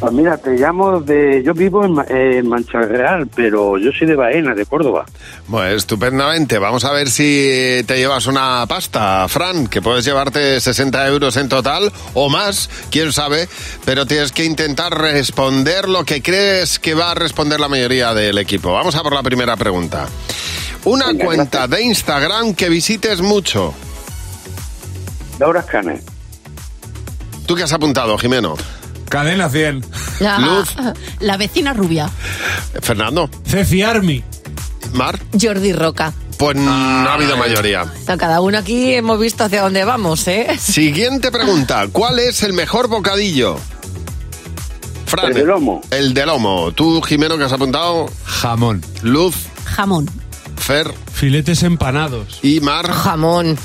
Pues mira, te llamo de... Yo vivo en, Ma- en Manchagreal, pero yo soy de Baena, de Córdoba. Pues estupendamente. Vamos a ver si te llevas una pasta, Fran, que puedes llevarte 60 euros en total o más, quién sabe, pero tienes que intentar responder lo que crees que va a responder la mayoría del equipo. Vamos a por la primera pregunta. Una cuenta de Instagram que visites mucho. Laura Escanes. ¿Tú qué has apuntado, Jimeno? Cadena 100. La, Luz. la vecina rubia. Fernando. Cefi Army. Mar. Jordi Roca. Pues no Ah. ha habido mayoría. O sea, cada uno aquí hemos visto hacia dónde vamos, ¿eh? Siguiente pregunta. ¿Cuál es el mejor bocadillo? Fran, El de lomo. El de lomo. Tú, Jimeno, que has apuntado. Jamón. Luz, Jamón. Fer. Filetes empanados. Y Mar. Jamón.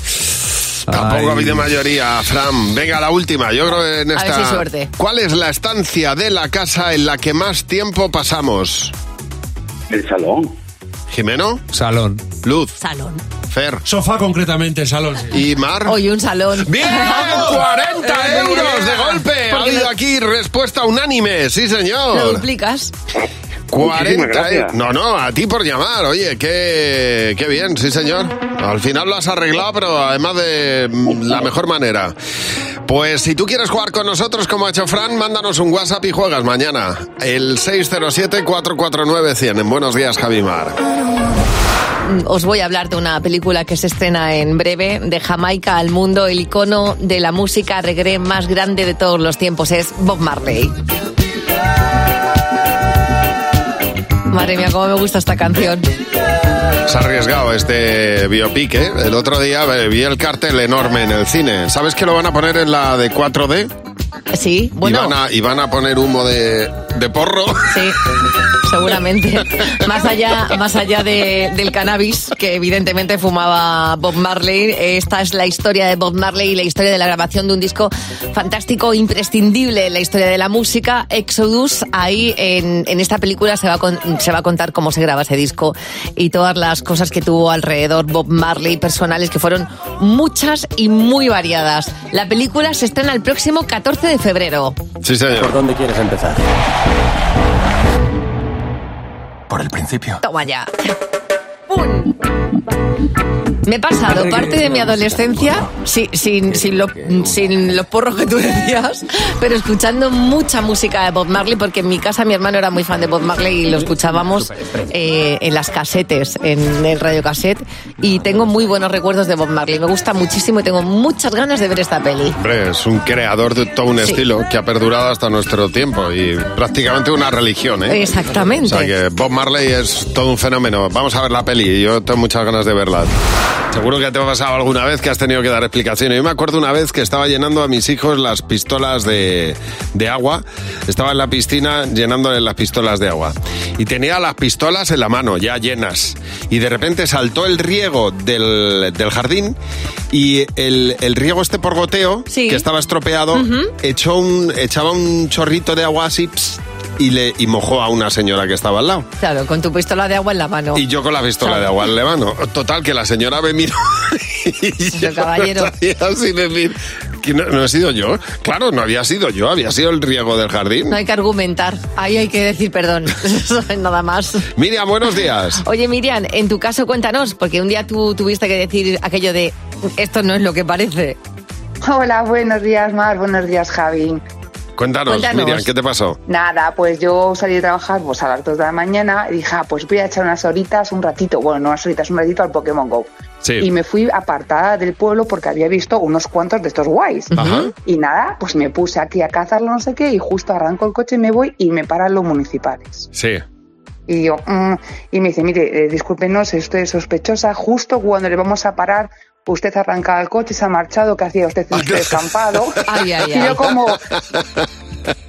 Tampoco ha Ay. habido mayoría, Fran. Venga, la última. Yo creo que en A ver esta. si hay suerte. ¿Cuál es la estancia de la casa en la que más tiempo pasamos? El salón. ¿Jimeno? Salón. Luz. Salón. Fer. Sofá concretamente, el salón. Y Mar. Oye, un salón. Eh, ¡Bien! ¡40 euros de golpe! Ha Porque habido lo- aquí respuesta unánime, sí Lo señor. duplicas. 40 Muchísimas gracias. eh. No, no, a ti por llamar. Oye, qué, qué bien, sí, señor. Al final lo has arreglado, pero además de mm, la mejor manera. Pues si tú quieres jugar con nosotros, como ha hecho Fran, mándanos un WhatsApp y juegas mañana. El 607-449-100. En Buenos días, Javimar. Mm, Os voy a hablar de una película que se estrena en breve, de Jamaica al mundo, el icono de la música reggae más grande de todos los tiempos es Bob Marley. Madre mía, cómo me gusta esta canción. Se ha arriesgado este biopic, ¿eh? El otro día eh, vi el cartel enorme en el cine. ¿Sabes que lo van a poner en la de 4D? Sí, Y van a, y van a poner humo de, de porro. Sí, seguramente. Más allá, más allá de- del cannabis que evidentemente fumaba Bob Marley, esta es la historia de Bob Marley y la historia de la grabación de un disco fantástico, imprescindible en la historia de la música, Exodus. Ahí en, en esta película se va, a con- se va a contar cómo se graba ese disco y todas las cosas que tuvo alrededor Bob Marley personales que fueron muchas y muy variadas. La película se estrena el próximo 14 de febrero. Sí, señor. ¿Por dónde quieres empezar? Por el principio. Toma ya. ¡Pum! Me he pasado parte de mi adolescencia sí, sin, sin, lo- sin los porros que tú decías, pero escuchando mucha música de Bob Marley, porque en mi casa mi hermano era muy fan de Bob Marley y lo escuchábamos eh, en las casetes, en el radiocassette, y tengo muy buenos recuerdos de Bob Marley. Me gusta muchísimo y tengo muchas ganas de ver esta peli. Hombre, es un creador de todo un Sí. estilo que ha perdurado hasta nuestro tiempo y prácticamente una religión, ¿eh? Exactamente. O sea que Bob Marley es todo un fenómeno. Vamos a ver la peli, yo tengo muchas ganas de verla. Seguro que te ha pasado alguna vez que has tenido que dar explicaciones. Yo me acuerdo una vez que estaba llenando a mis hijos las pistolas de, de agua. Estaba en la piscina llenándoles las pistolas de agua. Y tenía las pistolas en la mano, ya llenas. Y de repente saltó el riego del, del jardín y el, el riego este por goteo, que estaba estropeado, echó un, echaba un chorrito de agua así pss, y, le, y mojó a una señora que estaba al lado. Claro, con tu pistola de agua en la mano. Y yo con la pistola de agua en la mano. Total, que la señora me miró. y yo no caballero. sabía si decir, que no, no he sido yo. Claro, no había sido yo, había sido el riego del jardín. No hay que argumentar, ahí hay que decir perdón, Eso es nada más. Miriam, buenos días. Oye Miriam, en tu caso cuéntanos, porque un día tú tuviste que decir aquello de esto no es lo que parece. Hola, buenos días, Mar. Buenos días, Javi. Cuéntanos, Cuéntanos. Miriam, ¿qué te pasó? Nada, pues yo salí de trabajar pues, a las 2 de la mañana y dije, ah, pues voy a echar unas horitas, un ratito, bueno, no unas horitas, un ratito al Pokémon Go. Sí. Y me fui apartada del pueblo porque había visto unos cuantos de estos guays. Ajá. Y nada, pues me puse aquí a cazarlo, no sé qué, y justo arranco el coche y me voy y me paran los municipales. Sí. Y digo, "Mm". y me dice, mire, eh, discúlpenos, usted es sospechosa, justo cuando le vamos a parar, usted ha arrancado el coche, se ha marchado, ¿qué hacía usted? Usted escampado. Ay, ay, Y ay. yo como...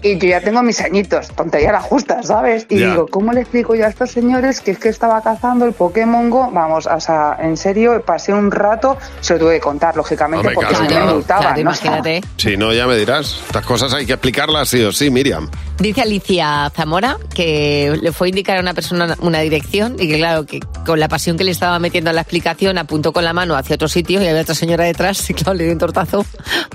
Y yo ya tengo mis añitos, tontería la justa, ¿sabes? Y Ya. digo, ¿cómo le explico yo a estos señores que es que estaba cazando el Pokémon Go? Vamos, o sea, en serio, pasé un rato, se lo tuve que contar, lógicamente, Hombre, porque claro, si no me claro. multaban, Claro, ¿no? imagínate. Si no, ya me dirás. Estas cosas hay que explicarlas sí o sí, Miriam. Dice Alicia Zamora que le fue a indicar a una persona una dirección y que claro, que con la pasión que le estaba metiendo a la explicación apuntó con la mano hacia otro sitio y había otra señora detrás y claro, le dio un tortazo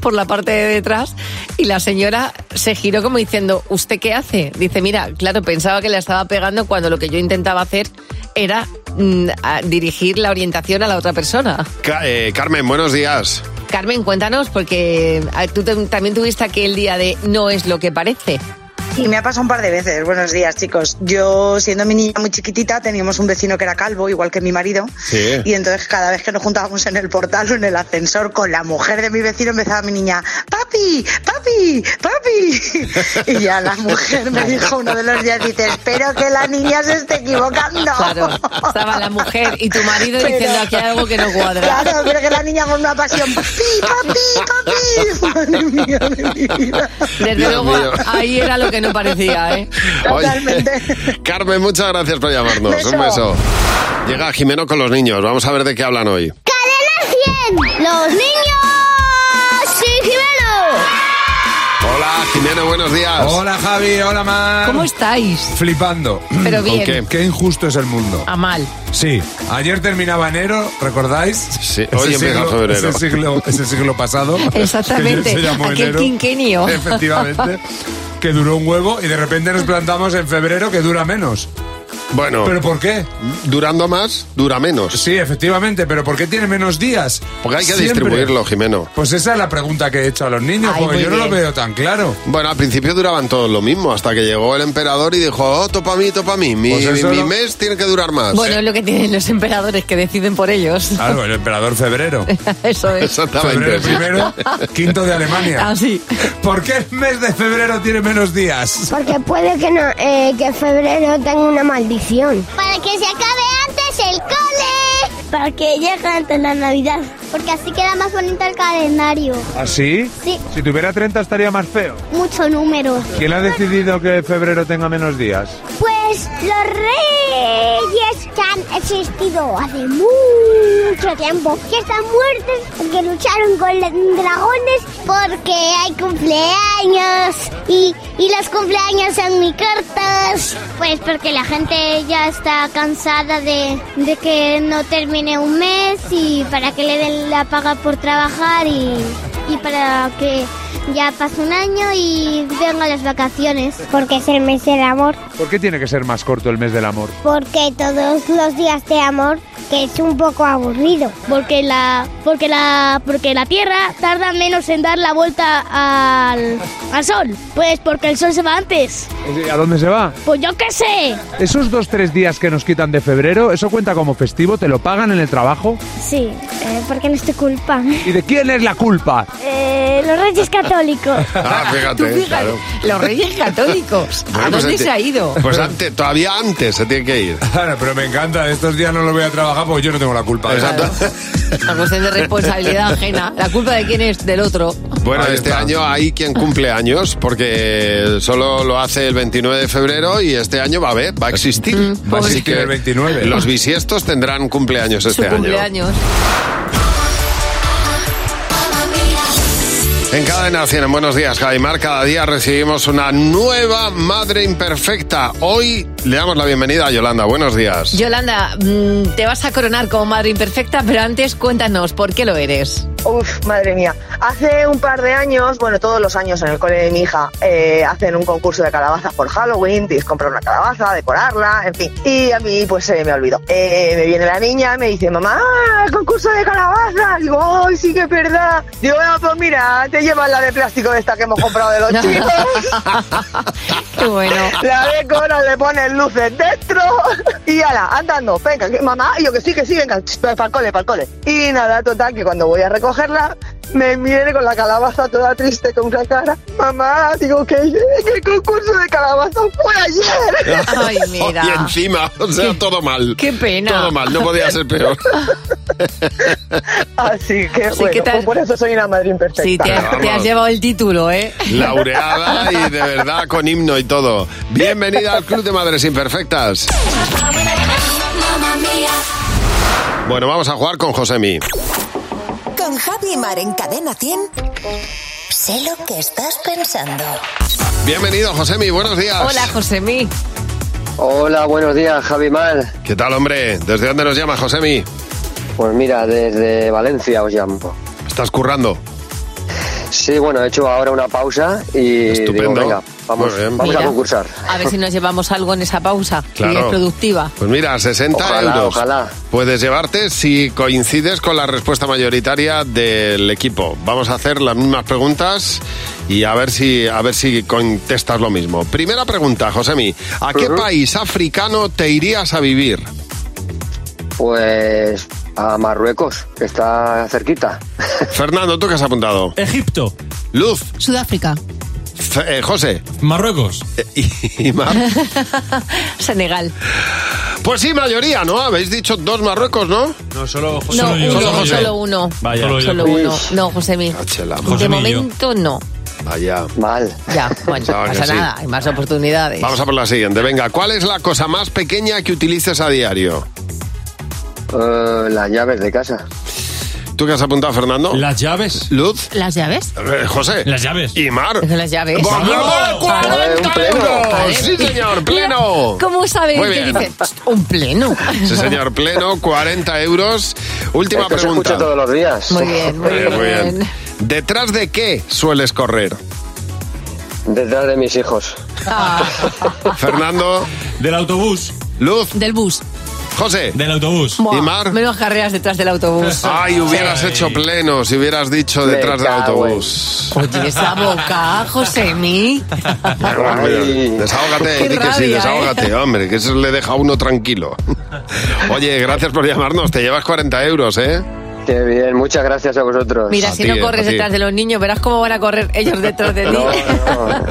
por la parte de detrás y la señora se giró como diciendo, ¿usted qué hace? Dice, mira, claro, pensaba que la estaba pegando cuando lo que yo intentaba hacer era mm, a- dirigir la orientación a la otra persona. Ca- eh, Carmen, buenos días. Carmen, cuéntanos, porque ah, tú te- también tuviste aquel día de no es lo que parece. Y me ha pasado un par de veces. Buenos días, chicos. Yo, siendo mi niña muy chiquitita, teníamos un vecino que era calvo, igual que mi marido. Sí. Y entonces, cada vez que nos juntábamos en el portal o en el ascensor con la mujer de mi vecino, empezaba mi niña, papi, papi, papi. Y ya la mujer me dijo uno de los días, dice, espero que la niña se esté equivocando. Claro, estaba la mujer y tu marido Pero- diciendo aquí hay algo que no cuadra. Claro, pero que la niña con una pasión, papi, papi, papi. Madre mía, de mi vida. Desde Dios luego, mío. ahí era lo que no parecía, ¿eh? Oye, Carmen, muchas gracias por llamarnos. Un Beso. beso. Llega Jimeno con los niños. Vamos a ver de qué hablan hoy. ¡Los niños! ¡Sí, Hola, Jimeno, buenos días. Hola Javi, hola Mar. ¿Cómo estáis? Flipando. Pero bien. ¿Con qué? qué? injusto es el mundo. A mal. Sí, ayer terminaba enero, ¿recordáis? Sí, hoy empieza febrero. Ese siglo, ese siglo pasado. que Exactamente, se llamó aquel enero. quinquenio. Efectivamente, que duró un huevo y de repente nos plantamos en febrero que dura menos. Bueno. ¿Pero por qué? Durando más, dura menos. Sí, efectivamente, pero ¿por qué tiene menos días? Porque hay que Siempre. distribuirlo, Jimeno. Pues esa es la pregunta que he hecho a los niños, Ay, porque muy yo no lo bien. veo tan claro. Bueno, al principio duraban todos lo mismo, hasta que llegó el emperador y dijo, oh, topa mí, topa mí, mi, Pues eso mi lo- mes tiene que durar más. Bueno, es lo que tienen los emperadores que deciden por ellos. Claro, el emperador febrero. Eso es. Ah, Febrero primero, quinto de Alemania. Así. ¿Por qué el mes de febrero tiene menos días? Porque puede que, no, eh, que febrero tenga una maldición. Para que se acabe antes el cole. Para que llegue antes la Navidad. Porque así queda más bonito el calendario. ¿Así? Sí. ¿Ah, Si tuviera 30 estaría más feo. Mucho número. ¿Quién ha decidido que febrero tenga menos días? Pues los reyes que han existido hace mucho tiempo, que están muertos, que lucharon con los dragones, porque hay cumpleaños y, y los cumpleaños son mi cartas. Pues porque la gente ya está cansada de, de que no termine un mes y para que le den la paga por trabajar y, y para que ya pase un año y vengan las vacaciones. Porque es el mes del amor. ¿Por qué tiene que ser más corto el mes del amor? Porque todos los días de amor que es un poco aburrido. Porque la porque la porque la Tierra tarda menos en dar la vuelta al, al sol. Pues porque el sol se va antes. ¿A dónde se va? Pues yo qué sé. Esos dos, tres días que nos quitan de febrero, ¿eso cuenta como festivo? ¿Te lo pagan en el trabajo? Sí, eh, porque no es tu culpa. Eh, ¿Y de quién es la culpa? los Reyes Católicos. Ah, fíjate, Tú fíjate, claro. Los reyes católicos. ¿A Bueno, pues dónde enti- se ha ido? Pues antes, todavía antes se tiene que ir. Claro, pero me encanta, estos días no lo voy a trabajar porque yo no tengo la culpa. Pues La cuestión de responsabilidad ajena. ¿La culpa de quién es? Del otro. Bueno, este año hay quien cumple años, porque solo lo hace el 29 de febrero y este año va a haber, va a existir. Mm, Va a existir el 29. Los bisiestos tendrán cumpleaños este Su año. cumpleaños. En Cadena 100, en Buenos Días, Jaimar, cada día recibimos una nueva madre imperfecta. Hoy Le damos la bienvenida a Yolanda. Buenos días. Yolanda, mm, te vas a coronar como madre imperfecta, pero antes cuéntanos por qué lo eres. Uf, madre mía. Hace un par de años, bueno, todos los años en el cole de mi hija eh, hacen un concurso de calabazas por Halloween, tienes que comprar una calabaza, decorarla, en fin. Y a mí, pues, se me olvidó. Eh, me viene la niña, me dice, mamá, el concurso de calabazas. Digo, ¡ay, sí que es verdad! Digo, "Ah, pues mira, te llevas la de plástico de esta que hemos comprado de los chicos. Qué bueno. La decoras, le pones luces dentro y ala, andando. Venga, que- mamá, y yo que sí, que sí, venga, para el cole, para el cole. Y nada, total, que cuando voy a recogerla, me viene con la calabaza toda triste, con una cara. Mamá, digo que, que el concurso de calabaza fue ayer. Y encima, o sea, todo mal. qué pena. Todo mal, no podía ser peor. Así que, Ah. Así bueno, que te has- pues por eso soy una madre imperfecta. Sí, te has, te has llevado el título, ¿eh? Laureada y de verdad con himno y todo. Bienvenida al Club de Madres Imperfectas. Bueno, vamos a jugar con Josemi. Con Javi y Mar en Cadena 100. Sé lo que estás pensando. Bienvenido, Josemi, buenos días. Hola, Josemi. Hola, buenos días, Javi Mal. ¿Qué tal, hombre? ¿Desde dónde nos llama, Josemi? Pues mira, desde Valencia os llamo. ¿Estás currando? Sí, bueno, he hecho ahora una pausa y digo, venga, vamos, Muy bien. vamos a Mira. concursar. A ver si nos llevamos algo en esa pausa, que Claro. es productiva. Pues mira, 60 Ojalá, euros. ojalá. Puedes llevarte si coincides con la respuesta mayoritaria del equipo. Vamos a hacer las mismas preguntas y a ver si a ver si contestas lo mismo. Primera pregunta, Josemi, ¿a qué país africano te irías a vivir? Pues a Marruecos, que está cerquita. Fernando, ¿tú qué has apuntado? Egipto. Luz, Sudáfrica. F- eh, José. eh, Marruecos. Y, y Mar- Senegal. Pues sí, mayoría, ¿no? Habéis dicho dos Marruecos, ¿no? No, solo No, uno, José. solo uno. Vaya. Solo, Solo yo. uno. No, Josemi. Ah, Chela, De Josemi y yo. momento no. Vaya. Mal. Ya, bueno, Pensaba no que pasa sí. nada, hay más oportunidades. Vamos a por la siguiente. Venga, ¿cuál es la cosa más pequeña que utilices a diario? Eh, las llaves de casa. ¿Tú qué has apuntado, Fernando? Las llaves. Luz. ¿Las llaves? Eh, José. Las llaves. Y Mar. Las llaves. ¡Vamos! Vale. ¡40 euros! Vale. ¡Sí, señor! ¡Pleno! ¿Cómo sabe Muy que bien. dice? Un pleno. Sí, señor, pleno, 40 euros. Última Esto se pregunta. escucha todos los días. Muy bien, muy Eh, bien. ¿Detrás de qué sueles correr? Detrás de mis hijos. Ah, Fernando. Del autobús. Luz. Del bus. José. Del autobús. Buah, Y Mar. Ah, Menos carreras detrás del autobús. Ay, hubieras hecho pleno si hubieras dicho Me detrás del cago en- autobús. Oye, esa boca, Josemi. Hombre, Desahógate, Qué di que sí, rabia, desahógate, ¿eh? hombre, que eso le deja a uno tranquilo. Oye, gracias por llamarnos, te llevas 40 euros, ¿eh? Qué bien, muchas gracias a vosotros. Pues Mira, si no corres detrás de los niños, verás cómo van a correr ellos detrás de ti.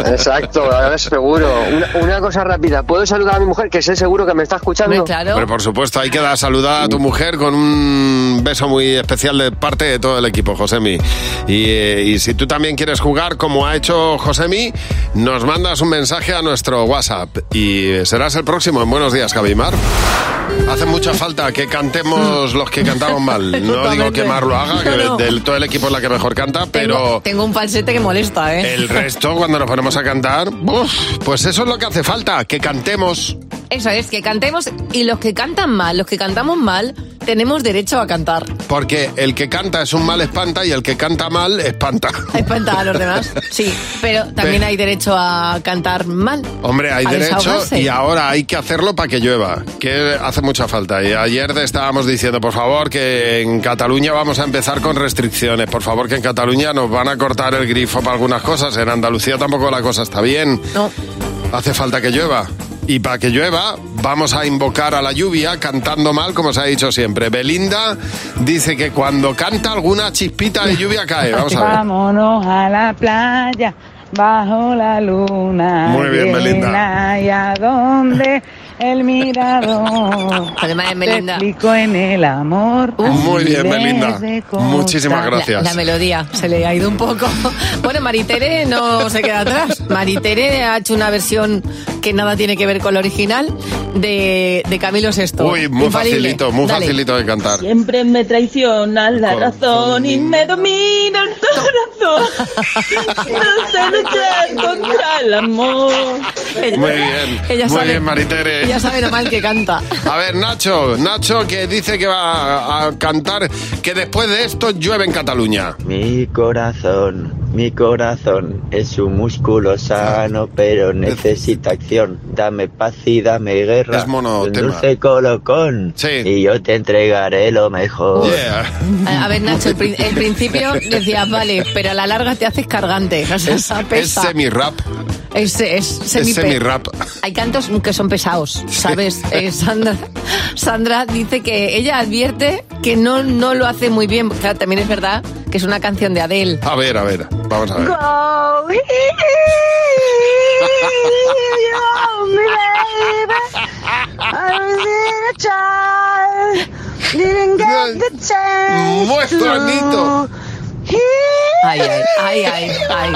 Exacto, ahora es seguro. Una, una cosa rápida, ¿puedo saludar a mi mujer que sé seguro que me está escuchando? Hombre, por supuesto, hay que dar saludar a tu mujer con un beso muy especial de parte de todo el equipo, Josemi. Y, eh, y si tú también quieres jugar como ha hecho Josemi, nos mandas un mensaje a nuestro WhatsApp y eh, serás el próximo en Buenos Días, Javimar. Hace mucha falta que cantemos los que cantamos mal. No digo que Mar lo haga, que No, no. del- todo el equipo es la que mejor canta, pero... Tengo un falsete que molesta, ¿eh? El resto, cuando nos ponemos a cantar, ¡buf! pues eso es lo que hace falta, que cantemos. Eso es, que cantemos y los que cantan mal, los que cantamos mal, tenemos derecho a cantar. Porque el que canta es un mal espanta y el que canta mal espanta. A espantar a los demás. Sí, pero también Ve. hay derecho a cantar mal. Hombre, hay A derecho desahogarse. y ahora hay que hacerlo para que llueva, que hace mucha falta. Y ayer te estábamos diciendo, por favor, que en Cataluña vamos a empezar con restricciones. Por favor, que en Cataluña nos van a cortar el grifo para algunas cosas. En Andalucía tampoco la cosa está bien. No. Hace falta que llueva. Y para que llueva, vamos a invocar a la lluvia cantando mal, como se ha dicho siempre. Belinda dice que cuando canta alguna chispita de lluvia cae. Vamos a ver. Vámonos a la playa bajo la luna. Muy bien, llena Belinda. Y a donde el mirador. Además de Belinda. Te explico en el amor. Muy bien, miles Belinda. de cosas. Muchísimas La, gracias. la melodía se le ha ido un poco. Bueno, Maritere no se queda atrás. Maritere ha hecho una versión que nada tiene que ver con la original de, de Camilo VI. Uy, muy Infalible. facilito, muy Dale. facilito de cantar. Siempre me traiciona la razón y me domina el corazón. No sé luchar contra el amor. Muy bien. Ella Muy sabe- bien, Maritere. Ella sabe lo mal que canta. A ver, Nacho, Nacho que dice que va a, a cantar que después de esto llueve en Cataluña. Mi corazón, mi corazón es un músculo sano, pero necesita acción. Dame paz y dame guerra. Es monotema. Un dulce colocón. Y yo te entregaré lo mejor. A a ver, Nacho, el, pri- el principio decías, vale, pero a la larga te haces cargante. O sea, Es, es pesa. semi-rap. Es, es semi es semi-rap. Hay cantos que son pesados, ¿sabes? Eh, Sandra, Sandra dice que ella advierte que no, no lo hace muy bien. Claro, también es verdad que es una canción de Adele. A ver, a ver, vamos a ver. Go here, me baby. I was in a child, didn't get the chance. Muestra, to Nito. hear. Ay, ay, ay, ay, ay.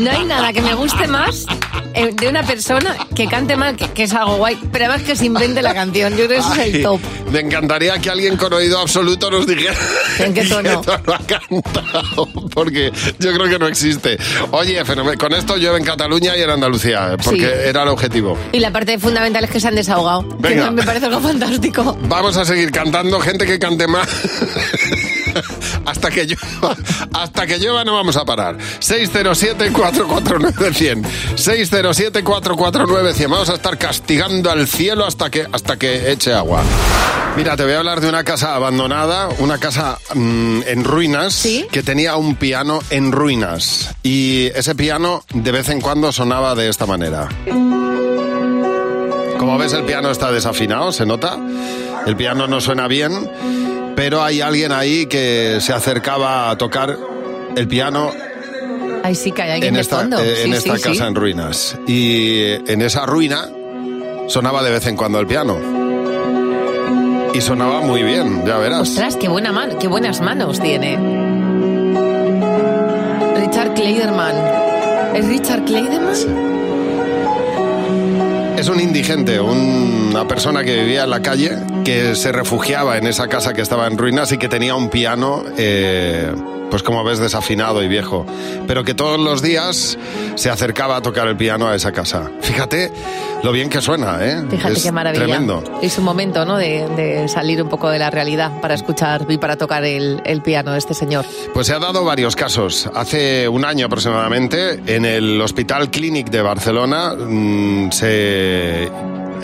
No hay nada que me guste más eh, de una persona que cante mal, que, que es algo guay, pero además que se invente la canción. Yo creo que ese es Ay, el top. Me encantaría que alguien con oído absoluto nos dijera ¿En qué tono? lo ha cantado, porque yo creo que no existe. Oye, fenomen- con esto llueve en Cataluña y en Andalucía, porque Sí. era el objetivo. Y la parte fundamental es que se han desahogado. que Venga. me parece algo fantástico. Vamos a seguir cantando gente que cante más. Hasta que llueva, hasta que llueva no vamos a parar. 607-449-100. 607-449-100. Vamos a estar castigando al cielo hasta que, hasta que eche agua. Mira, te voy a hablar de una casa abandonada, una casa mm, en ruinas, que tenía un piano en ruinas. Y ese piano de vez en cuando sonaba de esta manera. Como ves, el piano está desafinado, se nota. El piano no suena bien, pero hay alguien ahí que se acercaba a tocar el piano Ay, sí, que hay alguien en de esta, fondo. eh, en Sí, esta sí, casa sí. en ruinas. Y eh, en esa ruina sonaba de vez en cuando el piano. Y sonaba muy bien, ya verás. Ostras, qué, buena mano, qué buenas manos tiene. Richard Kleiderman. ¿Es Richard Kleiderman? Es un indigente, un- una persona que vivía en la calle, que se refugiaba en esa casa que estaba en ruinas y que tenía un piano, eh, pues como ves, desafinado y viejo, pero que todos los días se acercaba a tocar el piano a esa casa. Fíjate lo bien que suena, ¿eh? Fíjate Es qué maravilla. Tremendo. Es un momento, ¿no? De, de salir un poco de la realidad para escuchar y para tocar el, el piano de este señor. Pues se ha dado varios casos. Hace un año aproximadamente, en el Hospital Clínic de Barcelona, mm, se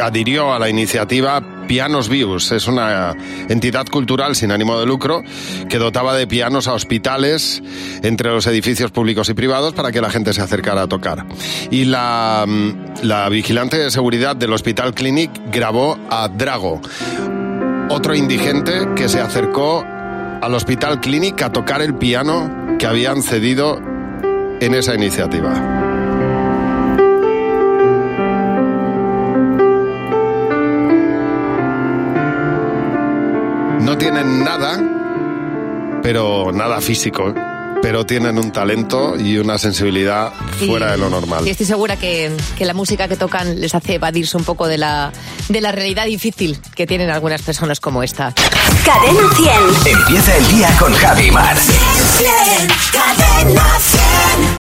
adhirió a la iniciativa Pianos Vivos. Es una entidad cultural sin ánimo de lucro que dotaba de pianos a hospitales entre los edificios públicos y privados para que la gente se acercara a tocar. Y la, mm, la vigilante de seguridad del Hospital Clínic grabó a Drago, otro indigente que se acercó al Hospital Clínic a tocar el piano que habían cedido en esa iniciativa. No tienen nada, pero nada físico, pero tienen un talento y una sensibilidad fuera de lo normal. Y estoy segura que, que la música que tocan les hace evadirse un poco de la, de la realidad difícil que tienen algunas personas como esta. Cadena 100. Empieza el día con Javi Mar. Cadena 100.